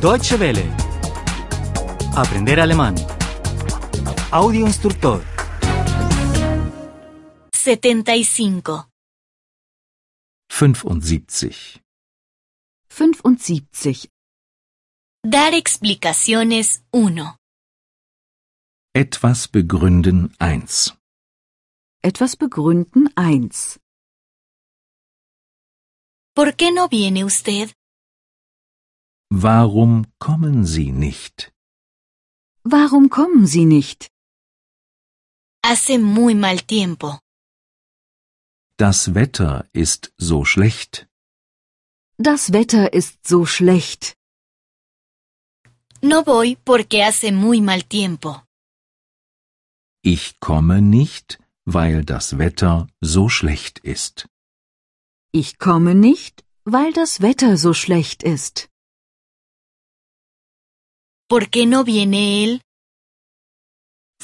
Deutsche Welle. Aprender alemán. Audio instructor. 75. 75. 75. Dar explicaciones 1. Etwas begründen 1. Etwas begründen 1. ¿Por qué no viene usted? Warum kommen Sie nicht? Warum kommen Sie nicht? Hace muy mal tiempo. Das Wetter ist so schlecht. Das Wetter ist so schlecht. No voy porque hace muy mal tiempo. Ich komme nicht, weil das Wetter so schlecht ist. Ich komme nicht, weil das Wetter so schlecht ist. ¿Por qué no viene él?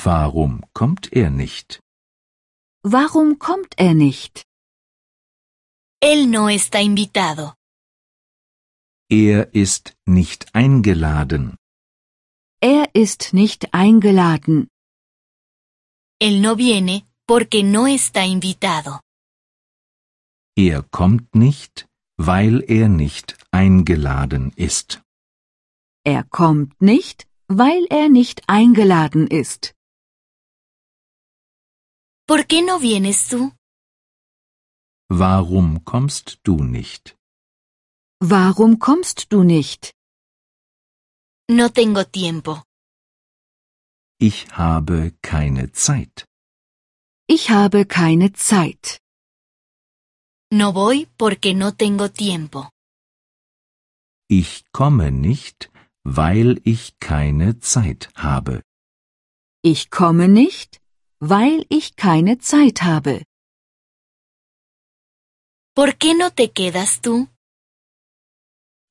Warum kommt er nicht? Warum kommt er nicht? Él no está invitado. Er ist nicht eingeladen. Er ist nicht eingeladen. Él no viene porque no está invitado. Er kommt nicht, weil er nicht eingeladen ist. Er kommt nicht, weil er nicht eingeladen ist. ¿Por qué no vienes tú? Warum kommst du nicht? Warum kommst du nicht? No tengo tiempo. Ich habe keine Zeit. Ich habe keine Zeit. No voy porque no tengo tiempo. Ich komme nicht, weil ich keine Zeit habe. Ich komme nicht, weil ich keine Zeit habe. ¿Por qué no te quedas tú?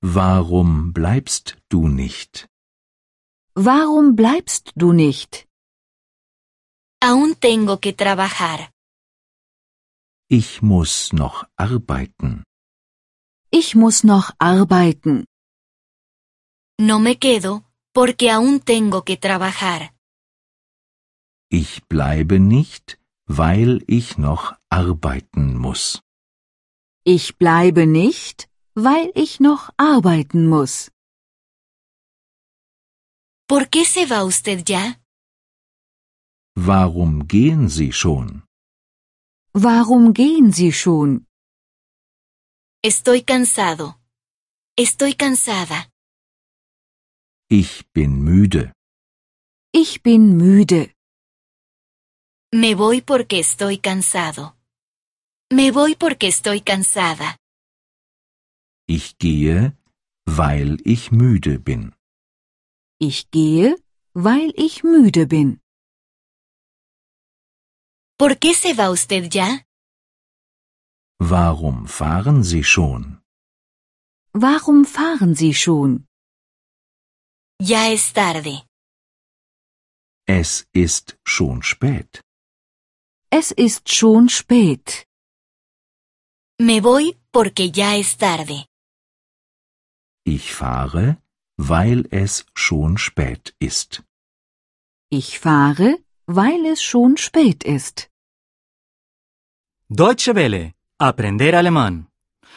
Warum bleibst du nicht? Warum bleibst du nicht? Aún tengo que trabajar. Ich muss noch arbeiten. Ich muss noch arbeiten. No me quedo porque aún tengo que trabajar. Ich bleibe nicht, weil ich noch arbeiten muss. Ich bleibe nicht, weil ich noch arbeiten muss. ¿Por qué se va usted ya? Warum gehen Sie schon? Warum gehen Sie schon? Estoy cansado. Estoy cansada. Ich bin müde. Ich bin müde. Me voy porque estoy cansado. Me voy porque estoy cansada. Ich gehe, weil ich müde bin. Ich gehe, weil ich müde bin. ¿Por qué se va usted ya? Warum fahren Sie schon? Warum fahren Sie schon? Ya es tarde. Es ist schon spät. Es ist schon spät. Me voy porque ya es tarde. Ich fahre, weil es schon spät ist. Ich fahre, weil es schon spät ist. Deutsche Welle. Aprender alemán.